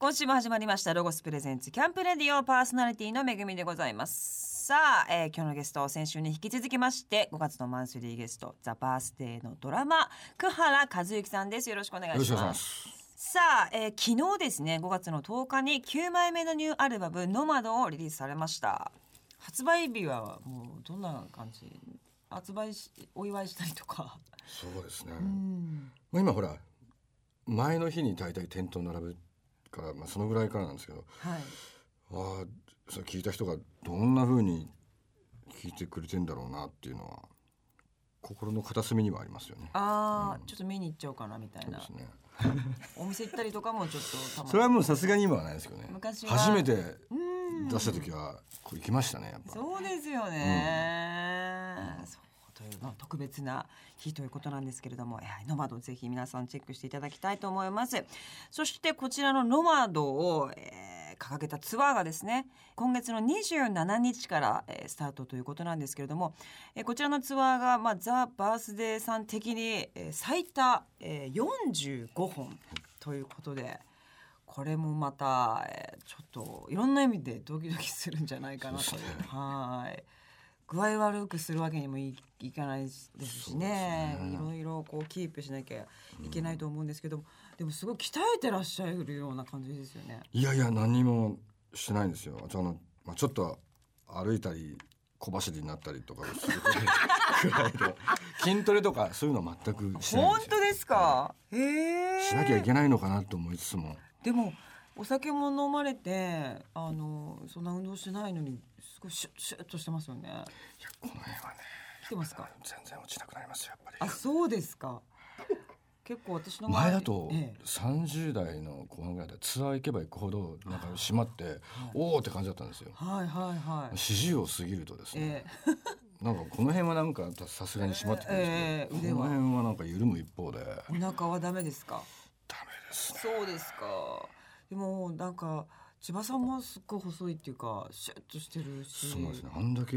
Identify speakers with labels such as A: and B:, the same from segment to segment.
A: 今週も始まりましたロゴスプレゼンツキャンプレディオパーソナリティのめぐみでございますさあ、えー今日のゲスト先週に引き続きまして5月のマンスリーゲストザ・バースデーのドラマ久原和之さんですよろしくお願い
B: よろし
A: し
B: くお願
A: ま
B: いしますす。
A: さあ、えー昨日ですね5月の10日に9枚目のニューアルバム「ノマド」をリリースされました発売日はもうどんな感じ発売しお祝いしたりとか
B: そうですね。まあ今ほら前の日に大体店頭並ぶから、まあそのぐらいからなんですけど、
A: はい
B: ああ、そう聞いた人がどんな風に聞いてくれてんだろうなっていうのは心の片隅にはありますよね。
A: あー、ちょっと見に行っちゃおうかなみたい
B: そうで
A: な
B: すね。
A: お店行ったりとかもちょっとたまに
B: それはもうさすがに今はないですけどね。
A: 昔は
B: 初めて出した時はこう行きましたねやっぱ。
A: そうですよね、そうというまあ特別な日ということなんですけれども、えーノマドをぜひ皆さんチェックしていただきたいと思いますそしてこちらのノマドを、えー掲げたツアーがですね今月の27日から、えースタートということなんですけれども、えーこちらのツアーが、まあ、ザ・バースデーさん的に、えー最多、えー45本ということで。これもまた、えーちょっといろんな意味でドキドキするんじゃないかなと
B: そ
A: いうう
B: ですね
A: はい具合悪くするわけにもいいかないですしね
B: そうで
A: い
B: すね
A: ろいろこうキープしなきゃいけないと思うんですけども、でもすごい鍛えてらっしゃるような感じですよね。
B: いやいや何もしてないんですよ。あのまあちょっと歩いたり小走りになったりとかをするぐらい で筋トレとかそういうのは全くしてないん
A: 本
B: ですよ
A: 当ですか、へえ
B: しなきゃいけないのかなと思いつつも
A: でもお酒も飲まれてあのそんな運動してないのにすごいシュッシュッとしてますよね
B: いやこの辺はね
A: 来てますか
B: 全然落ちなくなりますよやっ
A: あ
B: ぱり。
A: そうですか結構私の
B: 前だと
A: ええ
B: 30代の後半ぐらいでツアー行けば行くほどなんか閉まっておおって感じだったんですよ。
A: はいはいはい
B: 40を過ぎるとですね、
A: え
B: なんかこの辺はなんかさすがに閉まってくるんですけ
A: え
B: ど、
A: えええ腕は
B: この辺はなんか緩む一方でダメ
A: えお腹はダメですか
B: ですね
A: そうですかでもなんか千葉さんもすっごい細いっていうかシュッとしてるし
B: そうですね。あんだけ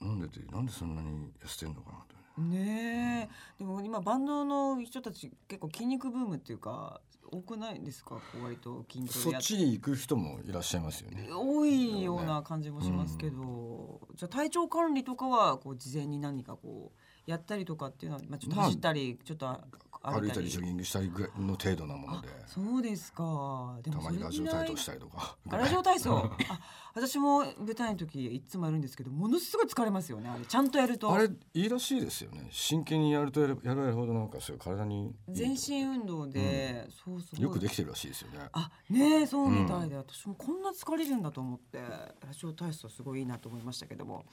B: 飲んでてなんでそんなに痩せてんのかなと。
A: ねえ、でも今バンドの人たち結構筋肉ブームっていうか多くないですかこう割と筋トレ
B: そ
A: や
B: っ
A: っ
B: ちに行く人もいらっしゃいますよね。
A: 多いような感じもしますけど、じゃあ体調管理とかはこう事前に何かこうやったりとかっていうのは、まあ、ちょっと
B: まあ
A: 走ったり、ちょっとあ
B: 歩いたりジョギングしたりぐらいの程度なもの
A: あ
B: で、
A: そうですかで
B: たまにラジオ体操した
A: り
B: りとか。
A: ラジオ体操あ私も舞台の時いつもやるんですけどものすごい疲れますよねあれちゃんとやると
B: あれいいらしいですよね。真剣にやるとやればやればやるほどなんかそういう体にいいと
A: 全身運動で、そうすごい
B: よくできてるらしいですよね。
A: あねえそうみたいで、私もこんな疲れるんだと思ってラジオ体操すごいいいなと思いましたけども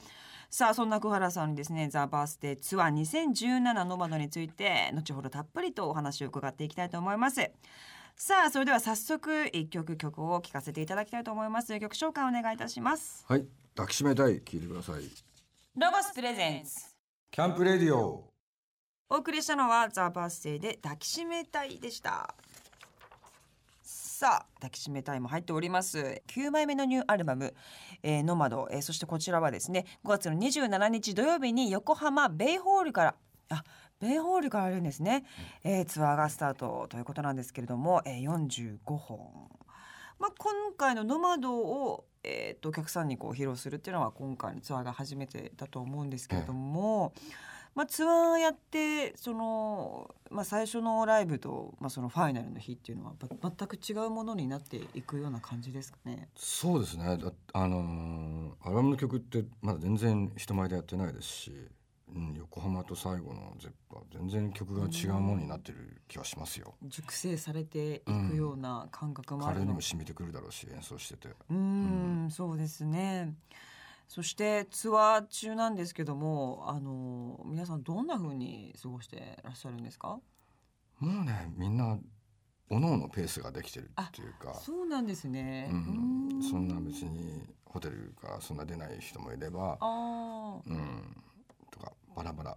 A: さあそんな久原さんにですね「ザ・バースデーツアー2017ノマド」について後ほどたっぷりとお話を伺っていきたいと思いますさあそれでは早速一曲曲を聴かせていただきたいと思います曲紹介お願いいたします
B: はい、抱きしめたい聞いてください。
A: ロゴスプレゼンス
B: キャンプレディオ。
A: お送りしたのは「ザ・バースデー」で「抱きしめたい」でしたさあ抱きしめたいも入っております9枚目のニューアルバム「えーノマド、えーそしてこちらはですね5月の27日土曜日に横浜ベイホールからあベイホールからあるんですね、えーツアーがスタートということなんですけれども、えー45本、まあ、今回の「ノマドを」えーとお客さんにこう披露するっていうのは今回のツアーが初めてだと思うんですけれども、まあ、ツアーやってその、まあ、最初のライブと、まあ、そのファイナルの日っていうのはば全く違うものになっていくような感じですかね。
B: そうですね。だあのーアルバムの曲ってまだ全然人前でやってないですし、うん、横浜と最後のゼッパー全然曲が違うものになってる気はしますよ。
A: 熟成されていくような感覚もあ
B: 彼
A: る
B: に
A: の
B: も染みてくるだろうし演奏してて。
A: うーん、そうですね。そしてツアー中なんですけども、あの皆さんどんな風に過ごしてらっしゃるんですか？
B: もうねみんな各々のペースができてるっていうか、
A: そうなんですね。
B: うん
A: うーん
B: そんな別にホテルからそんな出ない人もいれば、
A: ああ、
B: うん、とかバラバラ。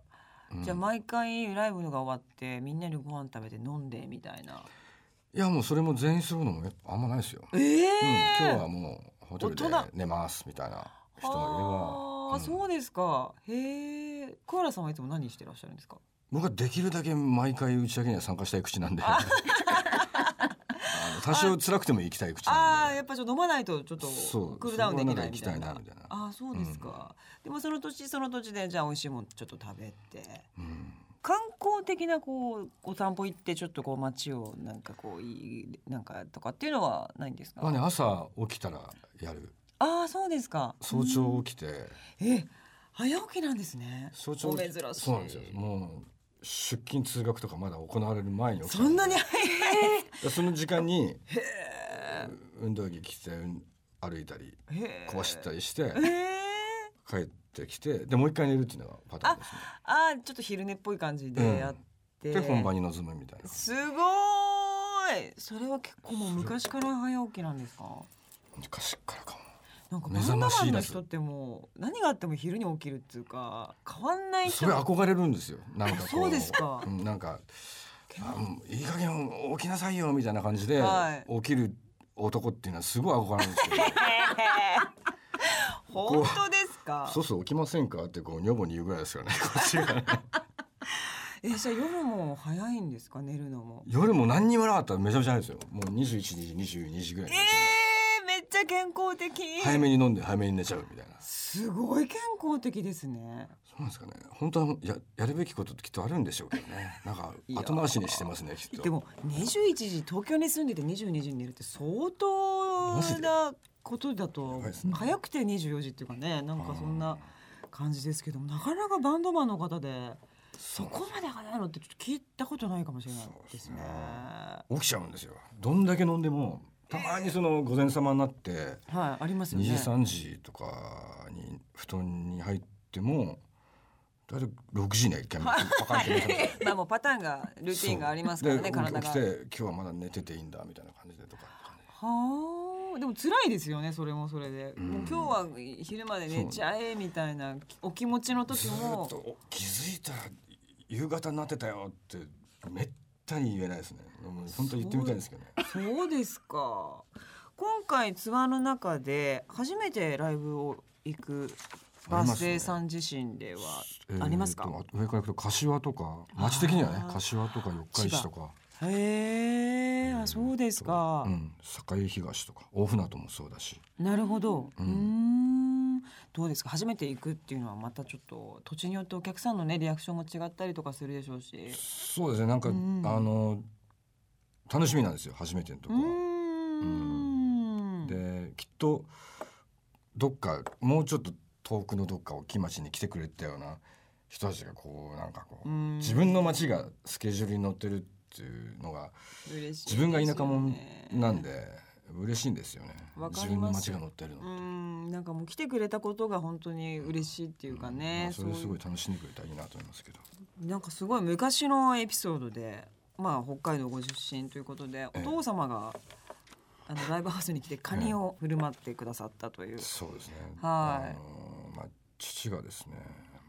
B: うん
A: じゃあ毎回ライブが終わってみんなでご飯食べて飲んでみたいな。
B: いやもうそれも全員揃うのもやっぱあんまないですよ。
A: ええ
B: うん、今日はもうホテルで
A: 大人
B: 寝ますみたいな人もいれば、
A: ああ、
B: うん
A: そうですか。へえ。小原さんはいつも何してらっしゃるんですか。
B: 僕はできるだけ毎回打ち上げには参加したい口なんであの多少辛くても行きたい口
A: あ
B: な
A: あ
B: ん
A: やっ
B: で
A: ぱちょっと飲まないとちょっと
B: そう
A: クールダウンできない
B: そこはなんか行
A: み
B: き
A: た
B: た
A: い
B: い
A: な
B: なみたいな
A: ああそうですか、でもその年その土地でじゃあ美味しいもんちょっと食べて
B: うん
A: 観光的なこうお散歩行ってちょっとこう街をなんかこういいなんかとかっていうのはないんですか、
B: まあね朝起きたらやる
A: ああそうですか
B: 早朝起きて
A: うんえ早起きなんですね
B: 早朝
A: お珍
B: 起き
A: しい
B: そうなんですよもう出勤通学とかまだ行われる前に起きた
A: そんなに早い
B: でその時間にう運動着着てうん歩いたり
A: へー
B: 壊したりして
A: えー、
B: 帰ってきてでもう一回寝るっていうのがパターンですね
A: あーちょっと昼寝っぽい感じでやって、
B: で本番に臨むみたいな
A: すごーいそれは結構もう昔から早起きなんですか
B: 昔からかも
A: なんかバ
B: 目
A: ン
B: 覚
A: ドマ
B: まし
A: ン
B: い
A: の
B: です
A: 人ってもう何があっても昼に起きるっていうか変わんない
B: そ
A: 人
B: れ
A: も
B: 憧れるんですよなんかこう
A: そうですか
B: うんなんか
A: 結
B: あ
A: 構
B: もういい加減起きなさいよみたいな感じで、
A: は
B: 起きる男っていうのはすごい憧れるんです けど
A: 本当ですか
B: そうそう起きませんかってこう女房に言うぐらいですよね こっちがね
A: えじゃあ夜も早いんですか寝るのも
B: 夜も何にもなかったらめちゃめちゃ早いですよもう21時22時ぐらい
A: え
B: に寝
A: ー、
B: ちゃ
A: めっちゃ健康的
B: う早めに飲んで早めに寝ちゃうみたいな
A: すごい健康的ですね
B: そうなんですかね本当はややるべきことってきっとあるんでしょうけどねなんか
A: いや
B: 後回しにしてますねきっと
A: でも21時東京に住んでて22時に寝るって相当
B: マジで
A: なことだと
B: ばいですね
A: 早くて24時っていうかねなんかそん
B: う
A: な感じですけどもなかなかバンドマンの方でそこまで早いのってちょっと聞いたことないかもしれないですね。
B: 起きちゃうんですよどんだけ飲んでもたまにその午前様になって
A: はいありますよ
B: 2時
A: ね。
B: 3時とかに布団に入っても大体6時には一回目パカンって目覚め て
A: まあもうパターンが ルーティンがありますから
B: で
A: ね体
B: 起
A: が。
B: き
A: は
B: て今日はまだ寝てていいんだみたいな感じでとか
A: あでも辛いですよねそれもそれで。もう今日は昼まで寝ちゃえみたいなお気持ちの時
B: ずー
A: も
B: っとお気づいたら夕方になってたよってめったに言えないですねもう本当言ってみたいですけどね
A: そうですか。今回ツアーの中で初めてライブを行くバースデーさん自身ではありますか。
B: えーと上から行くと柏とか町的にはね
A: あー
B: 柏とか四日市とか
A: へえ、あそうですか。
B: うん、栄東とか大船渡もそうだし
A: なるほど。う
B: うん
A: ん。どうですか初めて行くっていうのはまたちょっと土地によってお客さんのねリアクションも違ったりとかするでしょうし
B: そうですねなんか、
A: うん
B: あの楽しみなんですよ初めてのと
A: う
B: こは。
A: ん
B: できっとどっかもうちょっと遠くのどっか大きい町に来てくれたような人たちがこうなんかこう、
A: うん
B: 自分の町がスケジュールに載ってるっていうのが
A: 嬉しい
B: 自分が田舎者
A: ですよね
B: なんで嬉しいんですよね
A: わか
B: 自
A: り
B: 分の
A: ます
B: 町が載ってるの
A: う。んなんかもう来てくれたことが本当に嬉しいっていうかね、
B: まあそれ
A: そう
B: すごい楽しんでくれたらいいなと思いますけど。
A: なんかすごい昔のエピソードで、まあ、北海道ご出身ということでお
B: ええ
A: 父様があのライブハウスに来てカニを振る舞ってくださったという。
B: そうですね。
A: はい
B: あのーまあ父がですね、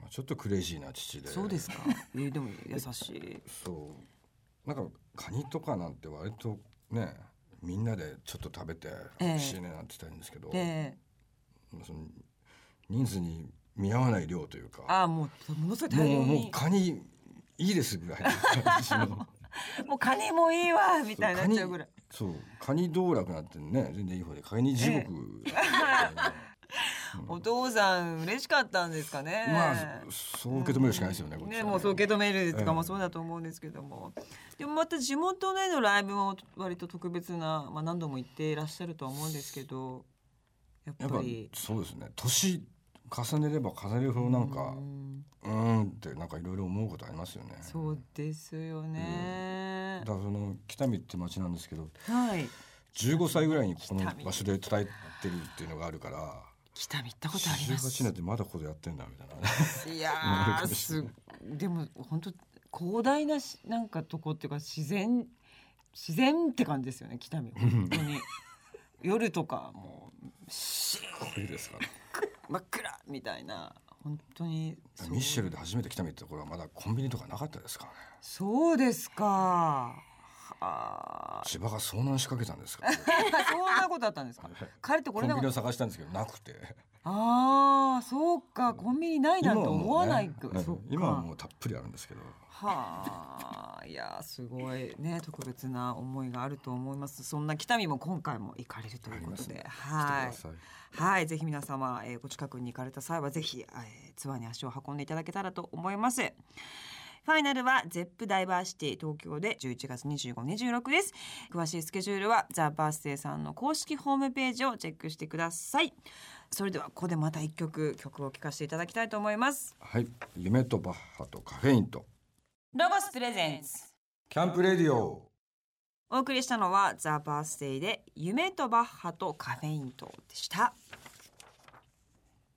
B: まあちょっとクレイジーな父で。
A: そうですか。えーでも優しい。
B: そう。なんかカニとかなんて割とね、みんなでちょっと食べて
A: ええ
B: 美味しいねなんて言ったらいいんですけど、
A: で、
B: その人数に見合わない量というか、
A: ああもうものすごい
B: も
A: 大量
B: う
A: に、
B: もう
A: も
B: カニいいですぐらいの感じ の。
A: うカニもいいわみたいになっちゃうぐらい。
B: そうカニ道楽なんてね全然いい方でカニ地獄みたいな、うん
A: お父さん嬉しかったんですかね。
B: まあそう受け止めるしかないですよね、こっちは
A: ね、もうそう受け止めるとかも
B: ええ
A: そうだと思うんですけども、でもまた地元でのライブも割と特別な、まあ、何度も行っていらっしゃるとは思うんですけどや
B: や
A: っ
B: っ
A: ぱ
B: ぱ
A: り
B: そうですね年重ねれば重ねるほどなんか
A: う
B: うーんってなんかいろいろ思うことありますよね
A: そうですよね
B: だ、からその北見って町なんですけど
A: はい
B: 15歳ぐらいにこの
A: 北見
B: 場所で伝えてるっていうのがあるから
A: 北見行ったことありま
B: 18
A: す
B: 年ってまだここでやってんだみたいなね
A: いや
B: な
A: ー
B: るかもしれ
A: す
B: な
A: でも本当広大なしなんかとこっていうか自然自然って感じですよね北見本当に夜とかもうシーン
B: これですから
A: 真っ暗みたいな本当にそう
B: ミッシェルで初めて北見ってところはまだコンビニとかなかったで すからね
A: そうですかはあ
B: 千葉が遭難しかけたんですから、ね、
A: そんなことあったんですか帰ってこ
B: コ
A: れ
B: ンビ
A: なか
B: ニ
A: っ
B: を探したんですけどなくて
A: ああそうかコンビニないなんて
B: はもう
A: 思わない
B: ね
A: か、
B: はい
A: そっか
B: 今はもうたっぷりあるんですけど
A: はあいやーすごいね特別な思いがあると思いますそんな北見も今回も行かれるということで、
B: あ
A: は
B: り来てくだ
A: い
B: さい
A: はいぜひ皆様、えー、ご近くに行かれた際はぜひ、えー、ツアーに足を運んでいただけたらと思いますファイナルはゼップダイバーシティ東京で11月25、26です詳しいスケジュールはザ・バースデーさんの公式ホームページをチェックしてくださいそれではここでまた一曲曲を聴かせていただきたいと思います
B: はい夢とバッハとカフェインと
A: ロボスプレゼンス
B: キャンプレディオ
A: お送りしたのはザ・バースデイで夢とバッハとカフェインとでした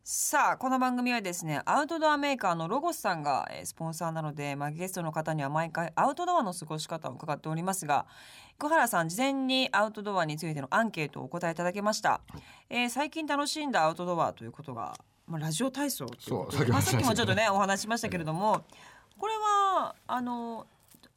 A: さあこの番組はですねアウトドアメーカーのロゴスさんがえースポンサーなので、まあ、ゲストの方には毎回アウトドアの過ごし方を伺っておりますが福原さん事前にアウトドアについてのアンケートをお答えいただきました、えー最近楽しんだアウトドアということが、まあ、ラジオ体操ということ
B: そう
A: でまあさっきもちょっと
B: 先ほど
A: ねお話ししましたけれども、これはあの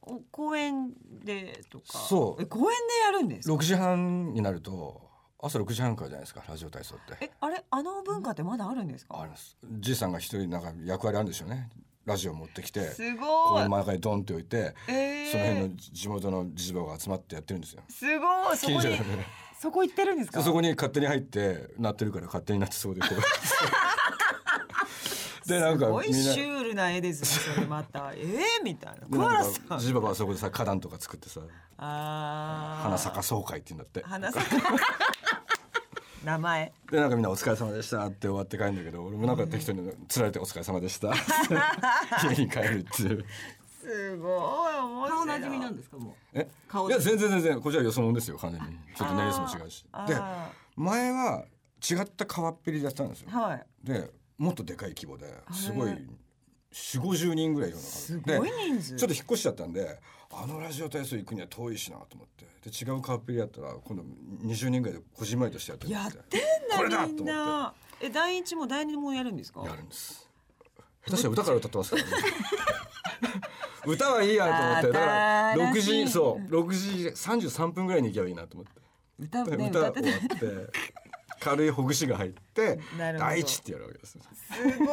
A: お公園でとか
B: そう
A: え公園でやるんですか
B: 6時半になると朝6時半からじゃないですかラジオ体操って
A: えあれあの文化ってまだあるんです
B: あ
A: か
B: りますじいさんが一人なんか役割あるんでしょうねラジオ持ってきて
A: す
B: こ
A: ご
B: う
A: い
B: 真ん中にドンって置いて、
A: え
B: その辺
A: ー
B: の地元の地蔵が集まってやってるんですよ
A: すごいそ
B: 近
A: こ
B: 所
A: に
B: で
A: そこ行ってるんですか
B: そこに勝手に入って鳴ってるから勝手になってそうでこ うでなん
A: す
B: か
A: ごい
B: みんな
A: シュールな絵ですねそれま たえー、みたいな
B: で
A: ク
B: な
A: ワラ
B: ん
A: さ
B: か
A: ん
B: ジババはそこでさ花壇とか作ってさ
A: あー
B: 花咲か総会って言うんだって
A: 花咲か名前
B: でなんかみんな「お疲れ様でした」って終わって帰るんだけど俺もなんか適当につられて「お疲れ様 でした」家に帰るっていう
A: すごい面白い
C: 顔なじみなんですかも
B: え
C: 顔
B: いや全然全然こっちらよそもんですよ完全にちょっと年齢も違うし
A: あー
B: で前は違った川っぺりだったんですよ
A: はい
B: でもっとでかい規模ですごい4 5 0人ぐらいいるの
A: す
B: で
A: ごい人数
B: ちょっと引っ越しちゃったんであのラジオ体操行くには遠いしなと思ってで違う川っぺりやったら今度20人ぐらいでこじんまりとしてやって
A: や
B: っ
A: っててんだ
B: これだ
A: みん
B: と思
A: なえ第一も第二もやるんですか
B: やるんです下手したら歌から歌ってますからね 歌はいいやと思ってだから
A: 新
B: 6
A: しい
B: 時そう6時33分ぐらいに行けばいいなと思って
A: 歌
B: で
A: ね
B: 歌
A: 歌って
B: 終
A: た
B: わって軽いほぐしが入って
A: なるほど
B: 第一ってやるわけです
A: すごい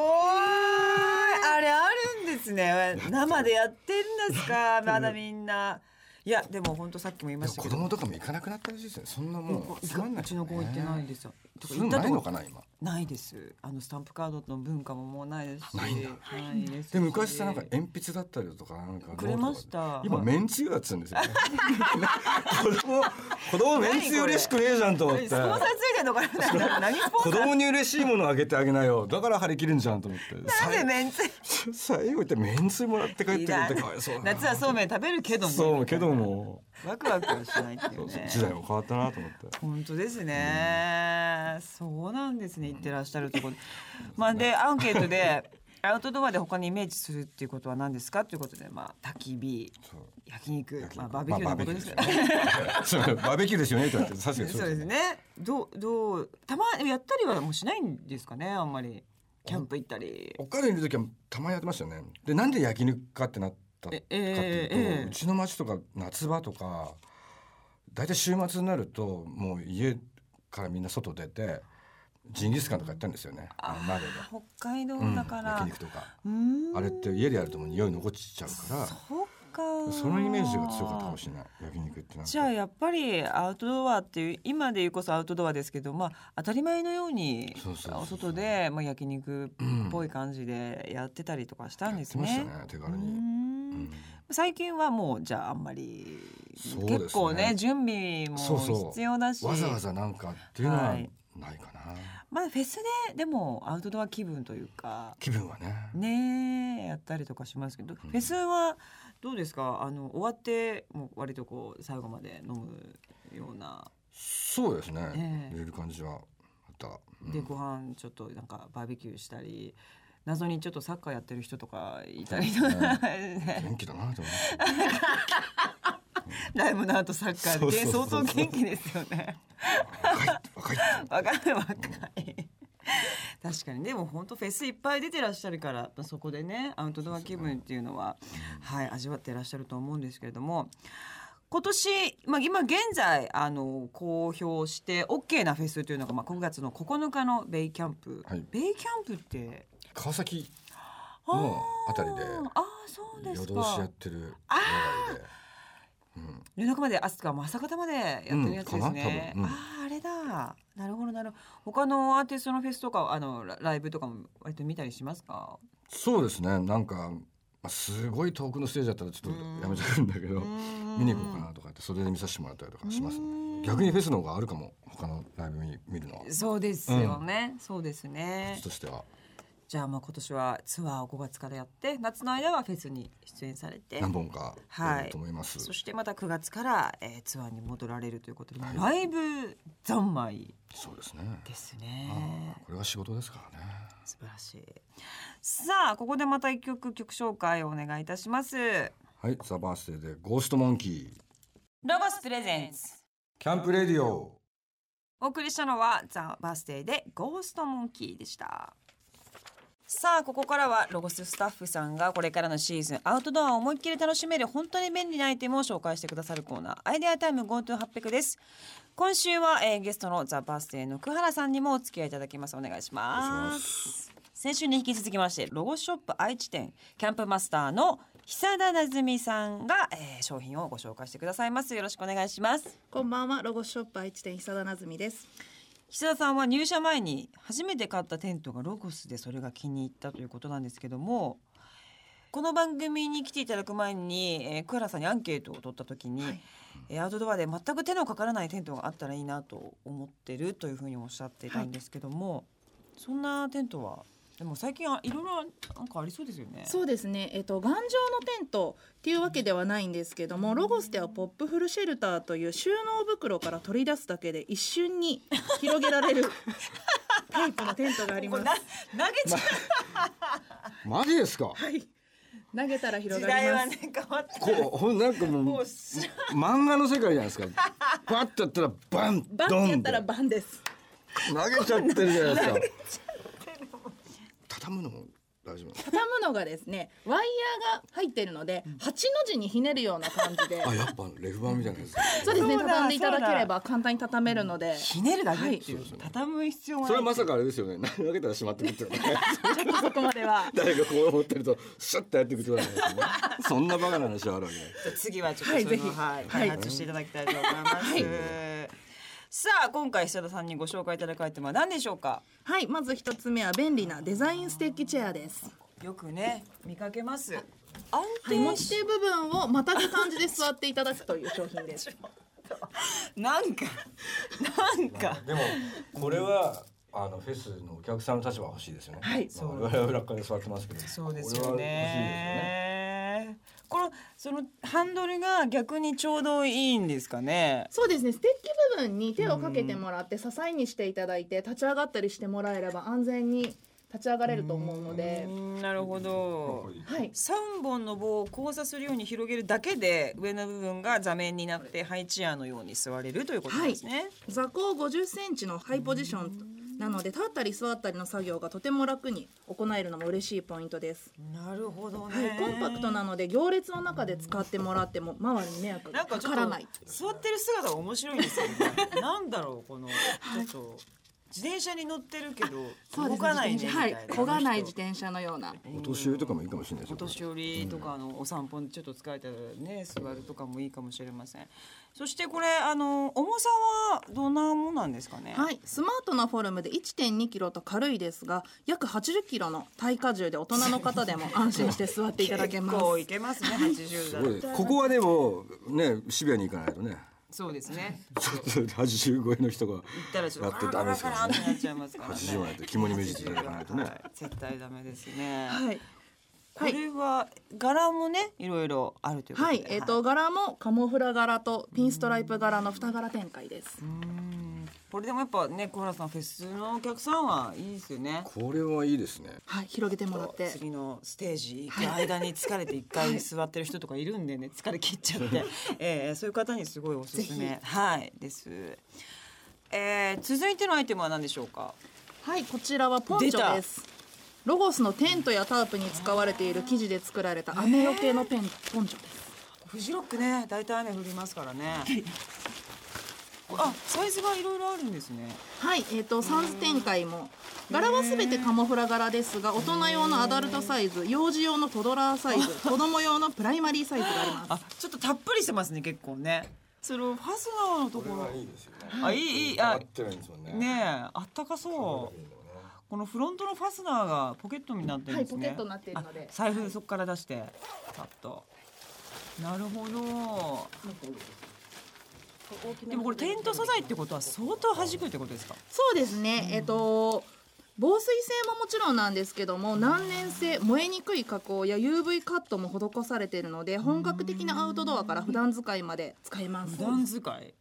A: あれあるんですね生でやってんですかまだみんないやでも本当さっきも言いま
B: でも
A: したけ
B: 子
A: ど
B: 供とかも行かなくなったらしいですねそんなもうつまんな
A: う
B: い
A: ちの子行ってないんですよとか
B: そうい
A: 行った
B: うのな
A: と
B: いの
A: こ
B: かな今
A: ないですあのスタンプカードの文化ももうないですし
B: ないんだ
A: ないですし
B: で昔さなんか鉛筆だったりだとかなんか
A: くれました
B: 今
A: はい
B: めんつゆだっつうんですよ、ね、 子供子供めんつゆ嬉しくねえじゃんと思っ
A: え
B: て
A: スポンサーついてんのかな何スポンサ
B: 子供に嬉しいものをあげてあげなよだから張り切るんじゃんと思って
A: ーでメンツ
B: 最 最後言ってめんつゆもらって帰ってくるってかわいそうだな
A: 夏はそうめん食べるけどね
B: そうけども
A: ワクワクはしないってい
B: そううそう
A: ね
B: 時代も変わったなと思って
A: 本当ですね、そうなんですね行ってらっしゃると ころでまあでアンケートで アウトドアで他にイメージするっていうことは何ですかということでまあ焚き火
B: そう
A: 焼肉
B: 焼き
A: まあ、
B: 肉
A: バーベキューのことですけど、ね
B: まあバーベキューですよ ねそうバーベキューですよねって言われて確かに
A: そうですねどうどうたまやったりはもうしないんですかねあんまりキャンプ行ったり
B: お金いる時はたまにやってましたよねでなんで焼肉かってなったかっていうと、
A: ええええ
B: うちの町とか夏場とか大体週末になるともう家からみんな外出てジンギスカンとかやったんですよねあの鍋で、
A: 北海道
B: うん
A: だから、
B: 焼
A: う
B: 肉とか
A: ーん
B: あれって家でやるともう匂い残っちゃうか
A: そうから
B: そのイメージが強かったかもしれない焼肉ってなん
A: じゃあ
B: か
A: やっぱりアウトドアっていう今でいうこそアウトドアですけど、まあ、当たり前のように
B: そうそうそうそう
A: お外で、まあ、焼肉っぽい感じでやってたりとかしたん
B: や
A: で
B: っ
A: す
B: てました
A: ね
B: ね。手
A: うー
B: 軽に、うんん
A: 最近はもうじゃああんまり、
B: そうですね
A: 結構ね準備も
B: そうそう
A: 必要だし
B: わざわざなんかっていうのは
A: はい
B: ないかな、
A: まあ、フェスででもアウトドア気分というか
B: 気分はね
A: ねえやったりとかしますけど、
B: うん
A: フェスはどうですかあの終わってもう割とこう最後まで飲むような
B: そうですね
A: え。え
B: 入れる感じはあった。うん
A: でご飯ちょっとなんかバーベキューしたり謎にちょっとサッカーやってる人とかいたりとか、ね、
B: 元気だなと思
A: ライブの後サッカーで
B: そうそ
A: 相当
B: うそうそう
A: 元気ですよね。
B: って。若い若い。
A: 若い若い確かにでも本当フェスいっぱい出てらっしゃるからそこでねアウトドア気分っていうのは、はい味わってらっしゃると思うんですけれども今年、まあ、今現在あの公表して OK なフェスというのが、まあ、9月の9日のベイキャンプ、
B: はい
A: ベイキャンプって
B: 川崎
A: あー
B: のあたりで
A: あーそうで
B: 夜
A: す
B: 通しやっ
A: か
B: てる
A: あ
B: 野外で
A: 夜中まであすか朝方までやってるやつですね、
B: うんかな多分うん
A: あああれだなるほどなるほど他のアーティストのフェスとかあのラライブとかも割と見たりしますか
B: そうですねなんか、まあ、すごい遠くのステージだったらちょっとやめちゃうんだけど見
A: 見
B: に行こうかなとかってそれで見させてもらったりとかしますね
A: ね
B: 逆にフェスの方があるかも他のライブ見見るのはこ
A: そうですよね、そうですね
B: っちとしては
A: じゃあまあ今年はツアーを5月からやって夏の間はフェスに出演されて
B: 何本かやると思います、
A: そしてまた9月から、えー、ツアーに戻られるということで、
B: はい
A: ライブ三昧
B: そうですね
A: です
B: あ
A: ね
B: あこれが仕事ですからね
A: 素晴らしいさあここでまた一曲曲紹介をお願いいたします
B: はいザ・バースデーでゴーストモンキー
A: ロゴスプレゼンス
B: キャンプレディオ
A: お送りしたのはザ・バースデーでゴーストモンキーでしたさあここからはロゴススタッフさんがこれからのシーズンアウトドアを思いっきり楽しめる本当に便利なアイテムを紹介してくださるコーナーアイデアタイム GoTo800 です今週は、えーゲストのザ・バースデーの久原さんにもお付き合いいただきますお願いし
B: お願
A: ま
B: いします
A: 先週に引き続きましてロゴショップ愛知店キャンプマスターの久田なずみさんが、えー商品をご紹介してくださいますよろしくお願いします
C: こんばんは、ロゴスショップ愛知店久田なずみです。
A: 久田さんは入社前に初めて買ったテントがロゴスでそれが気に入ったということなんですけどもこの番組に来ていただく前に、えー、クさんにアンケートを取った時に、
C: はい
A: えーアウトドアで全く手のかからないテントがあったらいいなと思ってるというふうにおっしゃってたんですけども、そんなテントはでも最近はいろいろなんかありそうですよね。
C: そうですね、えっと、頑丈のテントっていうわけではないんですけども、ロゴスではポップフルシェルターという収納袋から取り出すだけで一瞬に広げられ るタイプのテントがあり
A: こ
C: ま
A: れ
C: す。
A: な投げちゃ
B: マジですか
C: はい。投げたら
A: う
C: 広
A: 時
C: がり
A: 代は
C: ま
A: ね
C: す。
A: 変わって
B: こうほんなんかもう
A: うし
B: 漫画の世界じゃないですかパッとやったらバン
C: バ
B: ド
C: ンってや
B: ン
C: ったら
B: で
C: バンです。
B: 投げちゃってるじゃないです か畳むのも大丈夫な
C: 畳むのがですね、ワイヤーが入ってるので、八の字にひねるような感 じで
B: の。あやっぱレフ板みたいなやつ
C: そうですね、
A: そうだ
C: 畳んでいただければ簡単に畳めるので。
A: ひねるだけっていう、
B: はい
A: 畳む必要はない
B: それはまさかあれですよね投げたらしまってくってことね
C: そこまでは。
B: 誰がこう思ってるとシュッとやってくってことなんですねそんなバカな話はあるわけない
A: 次はちょっとそういうのを
C: は
A: はいい、
C: ぜひ
A: 開発していただきたいと思います。
C: はい
A: さあ今回久田さんにご紹介いただくアイテムは何でしょうか。
C: はい、まず一つ目は便利なデザインステッキチェアです。
A: よくね見かけます。安
C: はい、
A: 定
C: 持
A: し
C: ち手部分をまたぐ感じで座っていただくという商品です。
A: なんかなんか
B: でもこれはあのフェスのお客さんの立場は欲しいですよね。はい
A: そう
B: 我々は裏っ側で座ってますけど。
A: そうですよ
B: これは
A: ね。このそのハンドルが逆にちょうどいいんですかね。
C: そうですね、ステッキ部分に手をかけてもらって支えにしていただいて立ち上がったりしてもらえれば安全に立ち上がれると思うので
A: う、んなるほど
B: 欲しい。ですよね。
C: はい、
A: 三本の棒を交差するように広げるだけで上の部分が座面になってハイチェアのように座れるということなんですね。
C: 座高50センチのハイポジションなので立ったり座ったりの作業がとても楽に行えるのも嬉しいポイントです。
A: なるほど
C: は
A: ね
C: い、。コンパクトなので行列の中で使ってもらっても周りに迷惑
A: な
C: が
A: んか
C: か
A: ちょっ
C: からない。
A: と座ってる姿が面白いんですよ、ね。 なんだろうこのちょっと自転車に乗ってるけど動かないねみたいな。
C: はい、漕がない自
A: 転。
C: 転車のような。
B: お年寄りとかもいいかもしれないで
A: お
B: すよ。これ
A: 年寄りとかあのお散歩にちょっと疲れたらね座るとかもいいかもしれません。そしてこれあの重さはどんなもんなんですかね。
C: はい、スマートなフォルムで1.2キロと軽いですが、約80キロの耐荷重で大人の方でも安心して座っていただけます
A: 結。構いけますね80
B: す
A: だ
B: ご
A: と
B: い。ここはでもねシビアに行かないとね。
A: そうですね。
B: ちょっと85円の人が
A: 行ったらちょっ
B: やっ
A: と
B: て
A: カ
B: ダメ
A: ラ
B: で
A: カラカ
B: す
A: ラ
B: から
A: って
B: ね。
A: なっちゃいますからね。
B: 80円って肝に銘じていただかないとね
A: は。絶対ダメですね。
C: はい、
A: こ
C: はい
A: れは柄もねいろいろあるということ
C: は
A: で、
C: い、えっ、と柄もカモフラ柄とピンストライプ柄の二柄展開です
A: う。んこれでもやっぱね小原さんフェスのお客さんはいいですよね
B: これはいいですね。
C: はい、広げてもらって。
A: 次のステージ行く間に疲れて一回座ってる人とかいるんでね疲れ切っちゃ って、えーそういう方にすごいおすすめ
C: ぜ
A: はいです、えー続いてのアイテムは何でしょうか
C: はい、こちらはポンチョです。ロゴスのテントやタープに使われている生地で作られた雨よけのペンポンチョです。
A: フジロックね大体雨降りますからねあサイズがいろいろあるんですね
C: はい、えっ、と三展開も柄はすべてカモフラ柄ですが、大人用のアダルトサイズ、幼児用のトドラー サイズ、子供用のプライマリーサイズがあります。
A: あちょっとたっぷりしてますね結構ねそれをファスナーのところ
B: いいですよね
A: あいいいいあ
B: 合ってないんですもんね
A: ねえあったかそうこのフロントのファスナーがポケットになってるんですね、
C: はいポケットになってるので
A: あ財布そこから出してパッとなるほどでもこれテント素材ってことは相当弾くってことですか
C: そうですね、えっ、と防水性ももちろんなんですけども難燃性燃えにくい加工や UV カットも施されているので本格的なアウトドアから普段使いまで使えます
A: 普段使い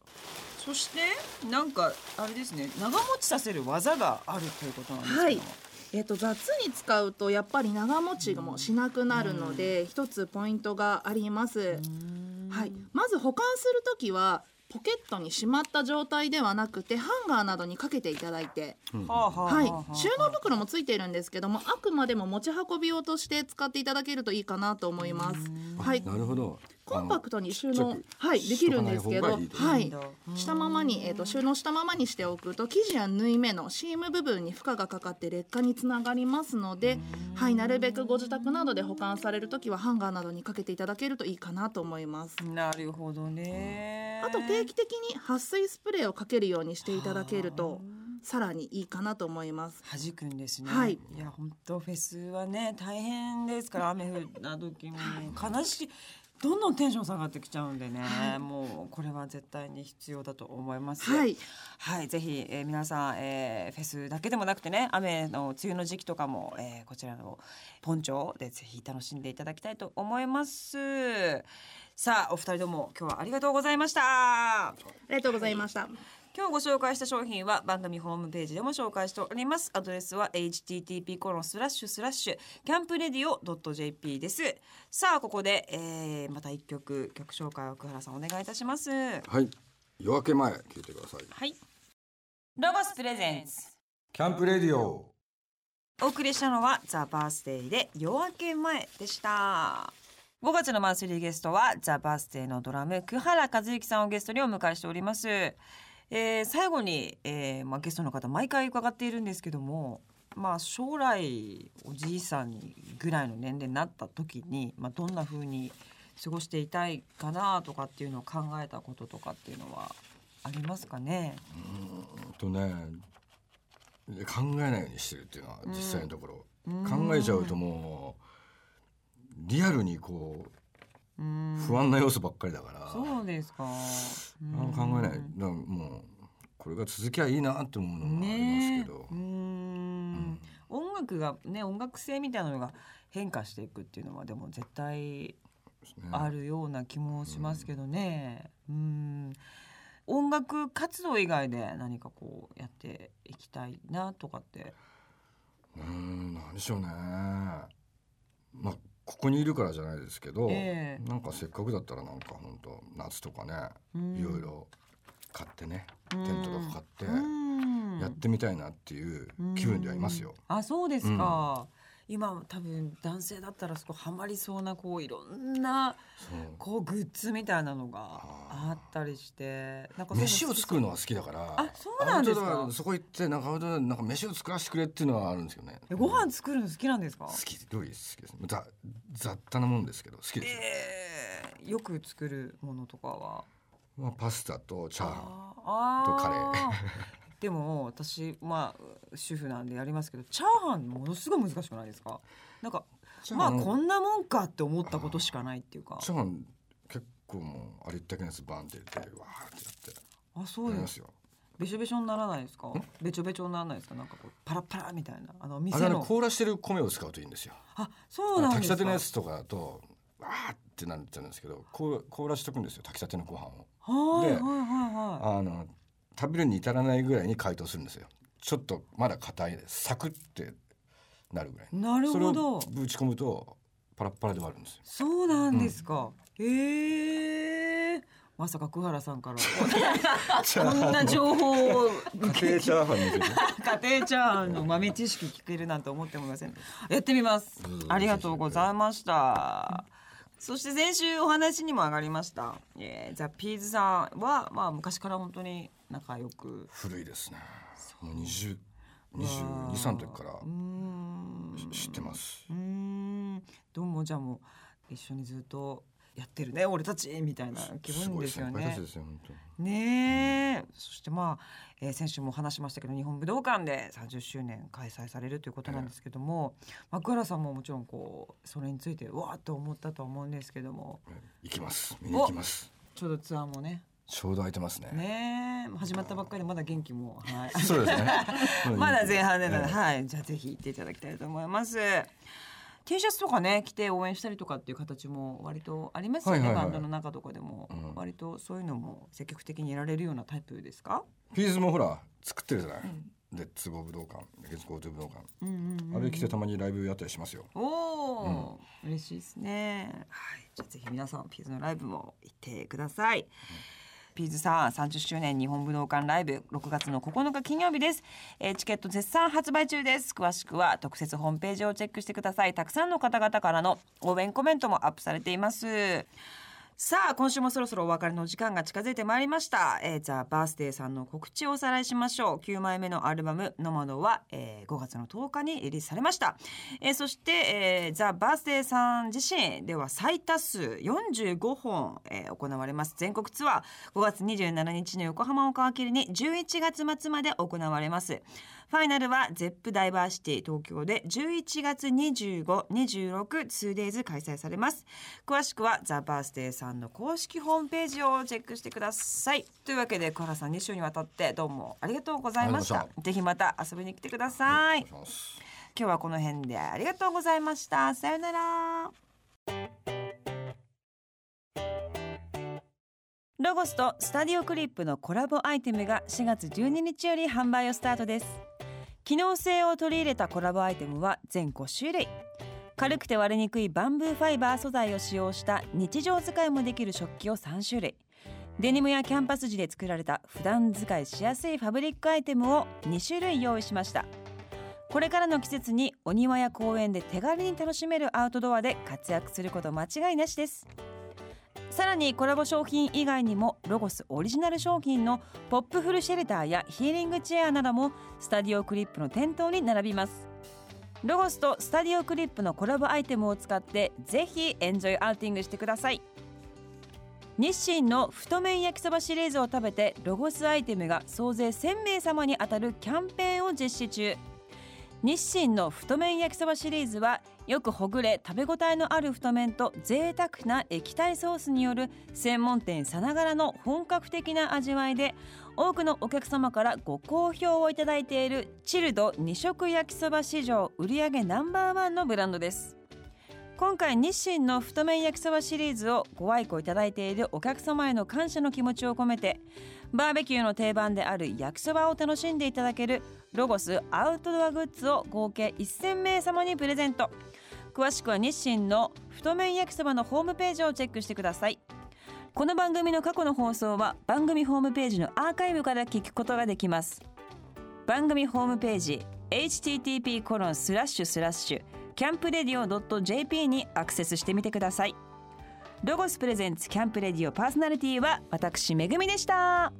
A: そしてなんかあれですね長持ちさせる技があるということなんですけども
C: はいえっと雑に使うとやっぱり長持ちもしなくなるので一つポイントがあります、はい、まず保管するときはポケットにしまった状態ではなくてハンガーなどにかけていただいて、
A: はあはあはあ
C: はい
A: はあ、
C: 収納袋もついているんですけどもあくまでも持ち運び用として使っていただけるといいかなと思います。はい、
B: なるほど
C: コンパクトに収
B: あの
C: 納
B: ちっちゃく
C: はいできるんですけ
B: し
C: ど、
B: とかない方
A: が
C: はい
A: い
C: い
A: と
C: したままにえっ、と収納したままにしておくと生地や縫い目のシーム部分に負荷がかかって劣化につながりますので、はいなるべくご自宅などで保管されるときはハンガーなどにかけていただけるといいかなと思います。
A: なるほどね、
C: あと定期的に撥水スプレーをかけるようにしていただけるとさらにいいかなと思います。
A: 弾くんですね。
C: はい
A: いや本当フェスはね大変です から雨降った時も悲しい。どんどんテンション下がってきちゃうんでね、もうこれは絶対に必要だと思います。
C: はい、
A: はい、ぜひ、えー皆さん、えーフェスだけでもなくてね、雨の梅雨の時期とかも、えーこちらのポンチョでぜひ楽しんでいただきたいと思います。さあ、お二人とも今日はありがとうございました。
C: ありがとうございました。
A: 今日ご紹介した商品は番組ホームページでも紹介しておりますアドレスは http コロンスラッシュスラッシュキャンプレディオ .jp ですさあここで、えー、また一曲曲紹介を奥原さんお願いいたしますは
B: はい夜明け前聞いてください
A: いロボスプレゼンス
B: キャンプレディオ
A: お送りしたのは「ザ・バースデーで「夜明け前」でした5月のマンスリーゲストは「ザ・バースデーのドラム久原和之さんをゲストにお迎えしております、えー最後に、えーまあ、ゲストの方毎回伺っているんですけども、まあ、将来おじいさんぐらいの年齢になった時に、まあ、どんな風に過ごしていたいかなとかっていうのを考えたこととかっていうのはありますかね
B: とねで考えないようにしてるっていうのは実際のところ、考えちゃうともうリアルにこ
A: う
B: うん不安な要素ばっかりだから、
A: そうですか、うん
B: あの考えないだからもうこれが続きゃいいなって思うのもありますけど、
A: ねえうーん音楽がね音楽性みたいなのが変化していくっていうのはでも絶対
B: ですね
A: あるような気もしますけどね。うーん音楽活動以外で何かこうやっていきたいなとかって。
B: うーん何でしょうねまあここにいるからじゃないですけど、
A: ええ
B: なんかせっかくだったらなんか本当夏とか
A: う
B: ね
A: ん
B: いろいろ買ってねテ
A: うん
B: ントとか買って
A: うん
B: やってみたいなっていう気分ではいますよ。
A: あそうですか。今多分男性だったらそこハマりそうなこういろんな
B: そう
A: こうグッズみたいなのが
B: あー
A: あったりしてなんかそういうの
B: 飯を作るのは好きだから
A: あそうなんですか
B: アウトドアそこ行ってなんかアウトドアでなんか飯を作らせてくれっていうのはあるんですよね
A: えご飯作るの好きなんですか
B: 好。き料理好きですざ雑多なもんですけど好きですよ、
A: えーよく作るものとかは。
B: まあ、パスタとチャーハ
A: あ
B: とカレー
A: ー でも私まあ主婦なんでやりますけどチャーハンものすごい難しくないですか。なんか
B: チャー
A: ま
B: ハ
A: あ
B: ン
A: こんなもんかって思ったことしかないっていうか
B: ン。チャーハン結構もうありったけのやつバンって入れてわーってやって
A: あそう
B: やり
A: で。
B: ますすよ
A: べしょべしょにならないですか。べちょべちょにならないですか。なんかこうパラパラみたいなあの
B: あ
A: 店
B: れはね
A: の
B: 凍らしてる米を使うといいんですよ
A: あそうなんで
B: 炊き
A: す
B: たての
A: か
B: や。つとかだとわーってなっちゃうんですけど凍凍らしとくんですよ炊きたてのご飯を
A: はいはいは
B: で
A: いはい。
B: あの食べるに至らないぐらいに解凍するんですよちょっとまだ硬いですサクってなるぐらい
A: なるほど
B: それをぶち込むとパラッパラで割るんですよ
A: そうなんですか。ええまさか久原さんからこんな情報を
B: 家庭チャーハンですよ
A: 家庭チャーハンの豆知識聞けるなんて思ってもいません。やってみます
B: う。ん
A: ありがとうございました。そして先週お話にも上がりました、えーザ・ピーズさんは、まあ、昔から本当に仲良く
B: 古いですねもう20 22、23の時から
A: うーん
B: し知ってます
A: うーんどうもじゃあもう一緒にずっとやってるね俺たちみたいな気
B: す
A: 分
B: ご
A: で
B: い
A: すよ
B: 先輩た
A: ね
B: ち。ですよ本当に
A: ねえ、そしてまあ、えー先週も話しましたけど日本武道館で30周年開催されるということなんですけども、まあ桑原さんももちろんこうそれについてうわーっと思ったとは思うんですけども
B: え行きます見に行きます
A: ちょうどツアーもね
B: ちょうど空いてますね
A: ねえ始まったばっかりでまだ元気も、 はい、
B: そう ですね
A: まだ前半でなので、
B: え
A: はい、じゃあぜひ行っていただきたいと思います。T シャツとかね着て応援したりとかっていう形も割とありますよね、
B: はいはいはい
A: バンドの中とかでも、
B: うん
A: 割とそういうのも積極的にやられるようなタイプですか、
B: えピースもほら作ってるじゃない、でつぼ武道館月光と武道館、
A: うんうんうん
B: あれ来てたまにライブやったりしますよ
A: おお、嬉しいですね。はい、じゃあぜひ皆さんピーズのライブも行ってください。ピーズさん30周年日本武道館ライブ6月の9日金曜日です、えーチケット絶賛発売中です詳しくは特設ホームページをチェックしてくださいたくさんの方々からの応援コメントもアップされていますさあ今週もそろそろお別れのお時間が近づいてまいりました、えー、ザ・バースデーさんの告知をおさらいしましょう9枚目のアルバム「ノマドは」えー5月の10日にリリースされました、えーそして、えーザ・バースデーさん自身では最多数45本、えー行われます全国ツアー5月27日の横浜を皮切りに11月末まで行われますファイナルは ZEP ダイバーシティ東京で11月2526-2days 開催されます詳しくはザ・バースデーさんの公式ホームページをチェックしてくださいというわけで小原さん2週にわたってどうもありがとうございまし
B: あ
A: た
B: りがとう
A: ぜひまた遊びに来てください
B: お願いします
A: 今日はこの辺でありがとうございましたさようならロゴスとスタディオクリップのコラボアイテムが4月12日より販売をスタートです機能性を取り入れたコラボアイテムは全5種類軽くて割れにくいバンブーファイバー素材を使用した日常使いもできる食器を3種類デニムやキャンパス地で作られた普段使いしやすいファブリックアイテムを2種類用意しましたこれからの季節にお庭や公園で手軽に楽しめるアウトドアで活躍すること間違いなしですさらにコラボ商品以外にもロゴスオリジナル商品のポップフルシェルターやヒーリングチェアなどもスタディオクリップの店頭に並びますロゴスとスタディオクリップのコラボアイテムを使ってぜひエンジョイアウティングしてください日清の太麺焼きそばシリーズを食べてロゴスアイテムが総勢1000名様に当たるキャンペーンを実施中日清の太麺焼きそばシリーズはよくほぐれ食べ応えのある太麺と贅沢な液体ソースによる専門店さながらの本格的な味わいで多くのお客様からご好評をいただいているチルド二色焼きそば市場売上ナンバーワンのブランドです今回日清の太麺焼きそばシリーズをご愛顧いただいているお客様への感謝の気持ちを込めてバーベキューの定番である焼きそばを楽しんでいただけるロゴスアウトドアグッズを合計1000名様にプレゼント詳しくは日清の太麺焼きそばのホームページをチェックしてくださいこの番組の過去の放送は番組ホームページのアーカイブから聞くことができます番組ホームページ http コロンスラッシュスラッシュキャンプレディオ .jp にアクセスしてみてくださいロゴスプレゼンツキャンプレディオパーソナリティは私めぐみでした